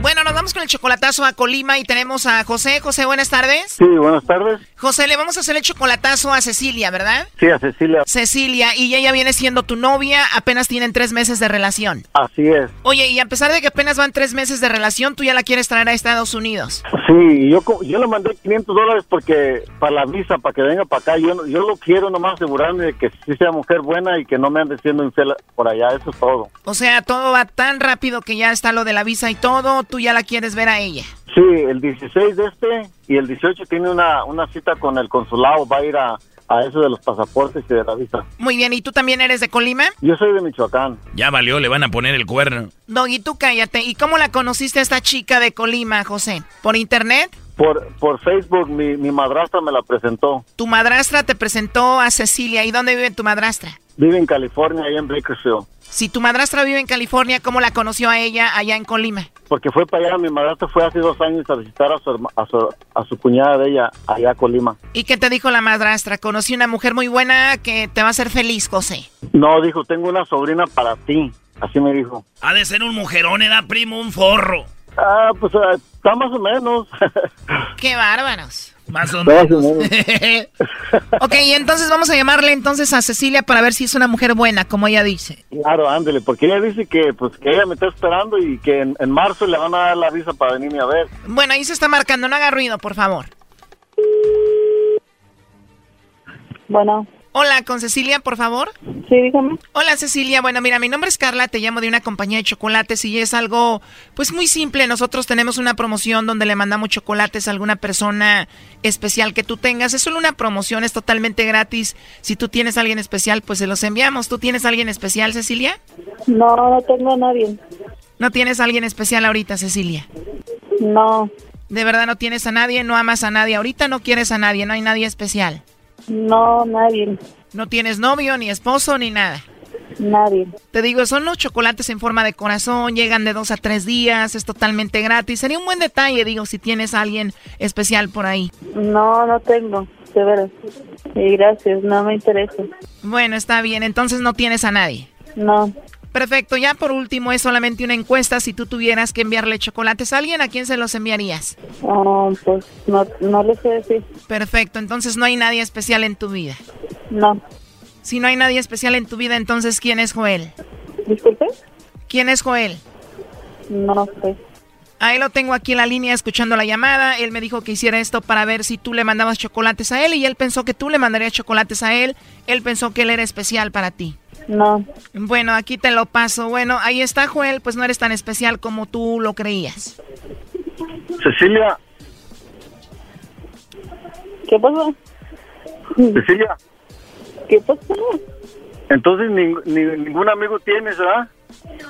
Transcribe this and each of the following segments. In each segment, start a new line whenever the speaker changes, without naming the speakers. Bueno, nos vamos con el chocolatazo a Colima y tenemos a José. José, buenas tardes.
Sí, buenas tardes.
José, le vamos a hacer el chocolatazo a Cecilia, ¿verdad?
Sí, a Cecilia.
Cecilia, y ella viene siendo tu novia, apenas tienen tres meses de relación.
Así es.
Oye, y a pesar de que apenas van tres meses de relación, tú ya la quieres traer a Estados Unidos.
Sí, y yo, co- yo le mandé 500 dólares porque para la visa, para que venga para acá. Yo, no- yo lo quiero nomás asegurarme de que sí sea mujer buena y que no me ande siendo infiel por allá. Eso es todo.
O sea, todo va tan rápido que ya está lo de la visa y todo, tú ya la quieres ver a ella.
Sí, el 16 de este y el 18 tiene una, una cita con el consulado. Va a ir a, a eso de los pasaportes y de la visa.
Muy bien, ¿y tú también eres de Colima?
Yo soy de Michoacán.
Ya valió, le van a poner el cuerno.
No, y tú cállate. ¿Y cómo la conociste a esta chica de Colima, José? ¿Por internet?
Por, por Facebook mi, mi madrastra me la presentó.
Tu madrastra te presentó a Cecilia. ¿Y dónde vive tu madrastra?
Vive en California, ahí en Bakersfield.
Si tu madrastra vive en California, ¿cómo la conoció a ella allá en Colima?
Porque fue para allá, mi madrastra fue hace dos años a visitar a su, herma- a su, a su cuñada de ella, allá a Colima.
¿Y qué te dijo la madrastra? Conocí una mujer muy buena que te va a hacer feliz, José.
No, dijo, tengo una sobrina para ti, así me dijo.
Ha de ser un mujerón, edad primo, un forro.
Ah, pues ah, está más o menos.
¡Qué bárbaros!
Más o
Más o
menos.
Ok, y entonces vamos a llamarle entonces a Cecilia para ver si es una mujer buena, como ella dice.
claro, ándele, porque ella dice que pues que ella me está esperando y que en, en marzo le van a dar la visa para venirme a ver.
Bueno, ahí se está marcando, no haga ruido, por favor.
Bueno,
Hola, con Cecilia, por favor.
sí, dígame.
Hola Cecilia, bueno mira, mi nombre es Carla, te llamo de una compañía de chocolates y es algo pues muy simple, nosotros tenemos una promoción donde le mandamos chocolates a alguna persona especial que tú tengas, es solo una promoción, es totalmente gratis, si tú tienes a alguien especial pues se los enviamos, ¿tú tienes a alguien especial Cecilia?
No, no tengo a nadie.
No tienes a alguien especial ahorita Cecilia,
No,
de verdad no tienes a nadie, no amas a nadie, ahorita no quieres a nadie, no hay nadie especial,
no, nadie.
no tienes novio ni esposo ni nada.
Nadie.
Te digo, son los chocolates en forma de corazón, llegan de dos a tres días, es totalmente gratis. Sería un buen detalle, digo, si tienes a alguien especial por ahí.
No, no tengo. De veras. Y gracias, no me interesa.
Bueno, está bien, entonces no tienes a nadie.
No,
Perfecto, ya por último es solamente una encuesta. Si tú tuvieras que enviarle chocolates a alguien, ¿a quién se los enviarías?
oh, pues no, no le sé decir.
Perfecto, entonces no hay nadie especial en tu vida.
No.
Si no hay nadie especial en tu vida, entonces ¿quién es Joel?
¿Disculpe?
¿Quién es Joel?
No sé.
Ahí lo tengo aquí en la línea escuchando la llamada. Él me dijo que hiciera esto para ver si tú le mandabas chocolates a él y él pensó que tú le mandarías chocolates a él. Él pensó que él era especial para ti.
No,
Bueno, aquí te lo paso. Bueno, ahí está Joel, pues no eres tan especial como tú lo creías.
Cecilia,
¿qué pasó?
Cecilia,
¿Qué pasó?
entonces ning- ni- ningún amigo tienes, ¿verdad?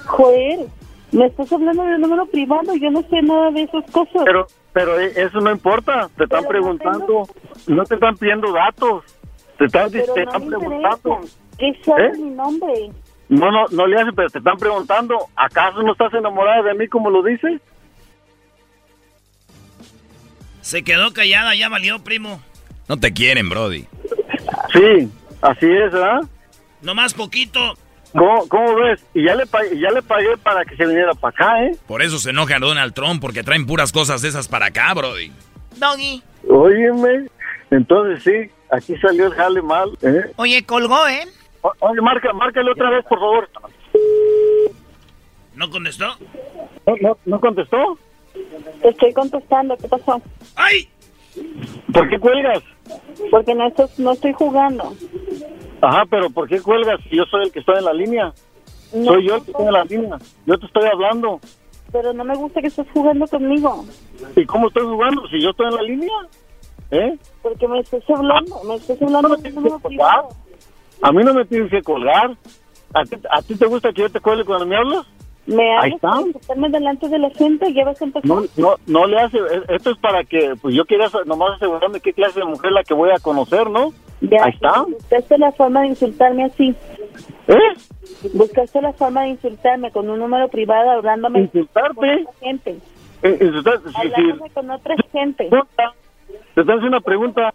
Joder, me estás hablando de un número privado, yo no sé nada de esas cosas.
Pero pero eh, eso no importa, te están
Pero no
preguntando, no te están pidiendo datos, te están, te
Pero
están
no me
preguntando.
interesa. ¿Qué sabe
¿Eh?
mi nombre?
No, no, no le hace, pero te están preguntando, ¿acaso no estás enamorada de mí como lo dices?
Se quedó callada, ya valió, primo.
No te quieren, Brody.
Sí, así es, ¿verdad?
Nomás poquito.
¿Cómo, cómo ves? Y ya le, pa- y ya le pagué para que se viniera para acá, ¿eh?
Por eso se enoja Donald Trump, porque traen puras cosas de esas para acá, Brody.
Doggy.
Óyeme, entonces sí, aquí salió el jale mal, ¿eh?
Oye, colgó, ¿eh?
O- oye, marca, márcale otra vez, por favor.
¿No contestó?
¿No, no, no contestó?
Te estoy contestando, ¿qué pasó?
¡Ay!
¿Por qué cuelgas?
Porque no, estoy- no estoy jugando.
Ajá, pero ¿por qué cuelgas si yo soy el que está en la línea?
No,
Soy yo el que está en la línea. Yo te estoy hablando.
Pero no me gusta que estés jugando conmigo.
¿Y cómo estoy jugando si yo estoy en la línea? ¿Eh?
Porque me estás hablando, me estás hablando
Ah, No,
de un
no,
número
no,
privado.
A mí no me tienes que colgar. ¿A ti, a ti te gusta que yo te cuelgue cuando me hablas?
Me
Ahí
hablas
está.
para insultarme delante de la gente y ya vas a empezar.
No, no, no le hace. e- Esto es para que, pues yo quería sa- nomás asegurarme qué clase de mujer es la que voy a conocer, ¿no?
Ya,
Ahí está.
Buscaste la forma de insultarme así.
¿Eh?
Buscaste la forma de insultarme con un número privado hablándome con
Insultarte.
otra gente.
Eh, insultar- si-
Hablándome con otra gente.
si- pregunta, te están haciendo una pregunta.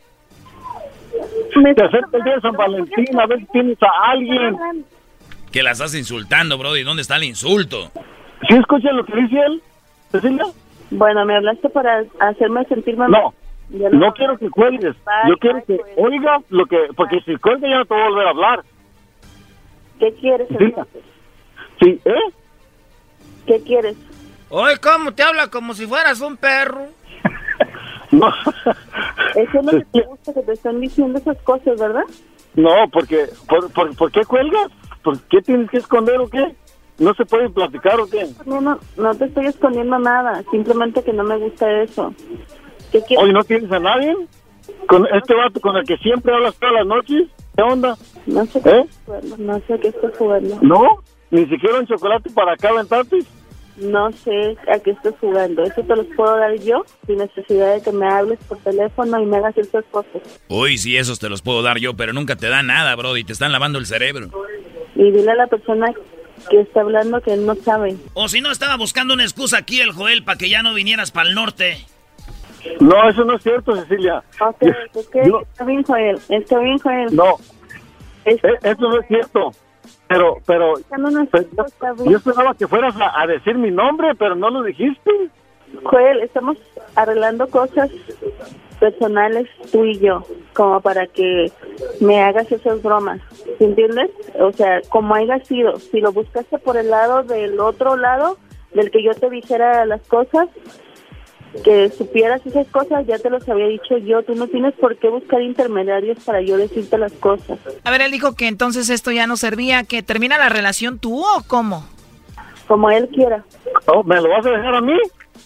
Me
Te
estás
acerca el día de San
hablando,
Valentín, a ver si tienes a alguien.
Que la estás insultando, Brody. ¿Dónde está el insulto?
¿Sí escuchas lo que dice él, Cecilia?
Bueno, me hablaste para hacerme sentirme
No,
Ya
no quiero que cuelgues.
Bye,
Yo quiero
bye,
que
pues.
oigas lo que. Porque si cuelga ya no te voy a volver a hablar.
¿Qué quieres?
Cecilia.
entonces?
Sí, ¿eh?
¿Qué quieres?
Oye, ¿cómo te habla como si fueras un perro?
No.
Eso es lo que
Este,
te gusta, que te están diciendo esas cosas, ¿verdad?
No, porque. ¿Por, por, por qué cuelgas? ¿Por qué tienes que esconder o qué? ¿No se puede platicar o qué?
No, no, no te estoy escondiendo nada, simplemente que no me gusta eso. ¿Qué quieres?
¿Hoy no tienes a nadie? ¿Con este vato con el que siempre hablas todas las noches? ¿Qué onda?
No sé qué
¿Eh?
estás jugando, no sé qué estás jugando.
¿No? ¿Ni siquiera un chocolate para acá aventarte?
No sé a qué estás jugando. Eso te lo puedo dar yo sin necesidad de que me hables por teléfono y me hagas esas cosas.
Uy, sí, esos te los puedo dar yo, pero nunca te da nada, Brody. Te están lavando el cerebro.
Y dile a la persona que está hablando que no sabe.
O si no, estaba buscando una excusa aquí el Joel para que ya no vinieras para el norte.
No, eso no es cierto, Cecilia.
Ok,
Yo-
pues qué,
yo-
está bien, Joel. Está bien, Joel.
no,
Es-
e- eso no es cierto. Pero, pero,
Ya no nos-
Pues yo,
está bien.
yo esperaba que fueras a, a decir mi nombre, pero no lo dijiste.
Joel, estamos arreglando cosas personales tú y yo, como para que me hagas esas bromas, ¿sí ¿entiendes? O sea, como haya sido, si lo buscaste por el lado del otro lado, del que yo te dijera las cosas, que supieras esas cosas, ya te las había dicho yo, tú no tienes por qué buscar intermediarios para yo decirte las cosas.
A ver, él dijo que entonces esto ya no servía, que termina la relación tú o cómo.
Como él quiera,
Oh, ¿Me lo vas a dejar a mí?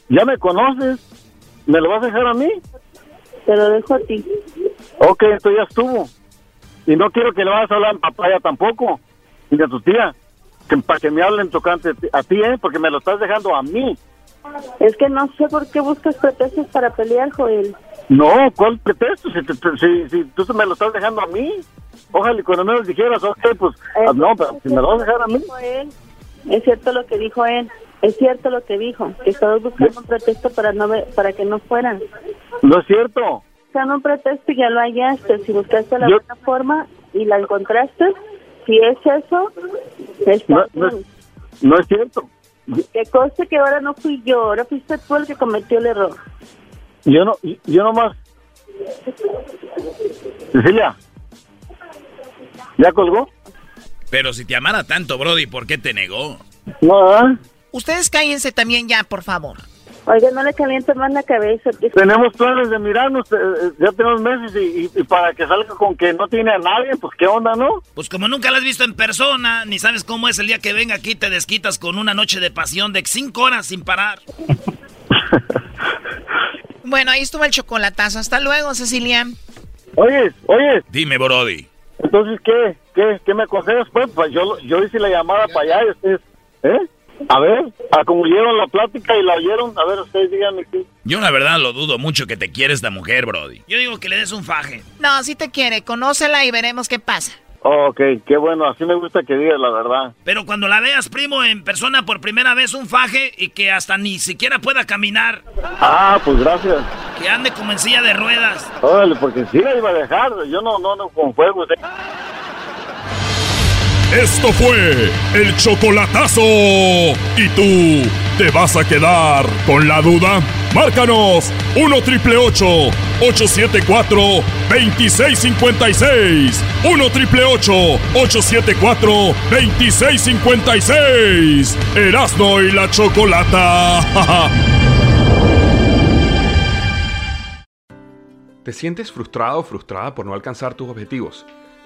Ya me conoces. ¿Me lo vas a dejar a mí?
te lo dejo a ti.
Ok, esto ya estuvo. Y no quiero que le vayas a hablar a mi papaya tampoco, ni a tu tía. Que, para que me hablen tocante a ti- a ti, ¿eh? Porque me lo estás dejando a mí.
Es que no sé por qué buscas pretextos para pelear, Joel.
No, ¿cuál pretexto? Si, te- te- si, si tú se me lo estás dejando a mí. Ojalá y cuando menos dijeras, ok, pues, ah, no, pero si me lo vas a dejar a mí.
Dijo él, Es cierto lo que dijo él. Es cierto lo que dijo. Que estabas buscando un pretexto para no ve- para que no fueran.
No es cierto.
Buscando un pretexto y ya lo hallaste. Si buscaste la
Yo-
otra forma y la encontraste, si es eso, está
No, no,
bien.
es- no es cierto.
Que conste que ahora no fui yo, ahora fuiste tú el que cometió el error.
Yo no, yo nomás. Cecilia, ¿ya colgó?
Pero si te amara tanto, Brody, ¿por qué te negó?
No, ¿verdad?
Ustedes cállense también ya, por favor.
Oiga, no le calientes más la cabeza. que-
tenemos planes de mirarnos, eh, eh, ya tenemos meses y, y- y para que salga con que no tiene a nadie, pues qué onda, ¿no?
Pues como nunca la has visto en persona, ni sabes cómo es el día que venga aquí, te desquitas con una noche de pasión de cinco horas sin parar.
Bueno, ahí estuvo el chocolatazo. Hasta luego, Cecilia.
Oyes, oyes,
Dime, Brody.
entonces, ¿qué? ¿Qué, qué me aconsejas? Pues, pues yo, yo hice la llamada para allá y ustedes, ¿eh? A ver, a como oyeron la plática y la oyeron, a ver, ustedes díganme qué.
Yo la verdad lo dudo mucho que te quiere esta mujer, Brody. Yo digo que le des un faje.
No, si te quiere, conócela y veremos qué pasa.
Ok, qué bueno, así me gusta que digas la verdad.
Pero cuando la veas, primo, en persona por primera vez, un faje y que hasta ni siquiera pueda caminar.
Ah, pues gracias.
Que ande como en silla de ruedas.
Órale, porque sí la iba a dejar, yo no, no, no, con fuego. ¿sí?
Esto fue el chocolatazo. ¿Y tú te vas a quedar con la duda? Márcanos 1 triple 874 2656. 1 triple 874 2656. Erasno y la chocolata.
¿Te sientes frustrado o frustrada por no alcanzar tus objetivos?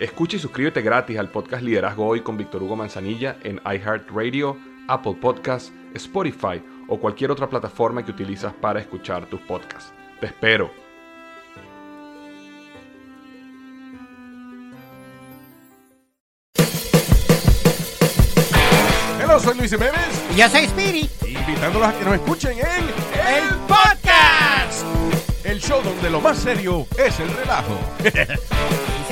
Escucha y suscríbete gratis al podcast Liderazgo Hoy con Víctor Hugo Manzanilla en iHeartRadio, Apple Podcasts, Spotify o cualquier otra plataforma que utilizas para escuchar tus podcasts. Te espero.
Hola, soy Luis Jiménez,
Y Yo soy Spirit.
invitándolos a que nos escuchen en
¡El podcast!
el show donde lo más serio es el relajo.
Sí,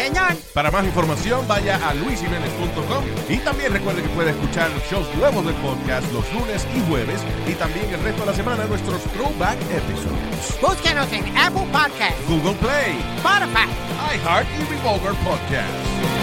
señor.
Para más información, vaya a luisimenez.com y también recuerde que puede escuchar shows nuevos del podcast los lunes y jueves y también el resto de la semana nuestros throwback episodes.
Búsquenos en Apple Podcast,
Google Play,
Spotify,
iHeart y Revolver Podcast.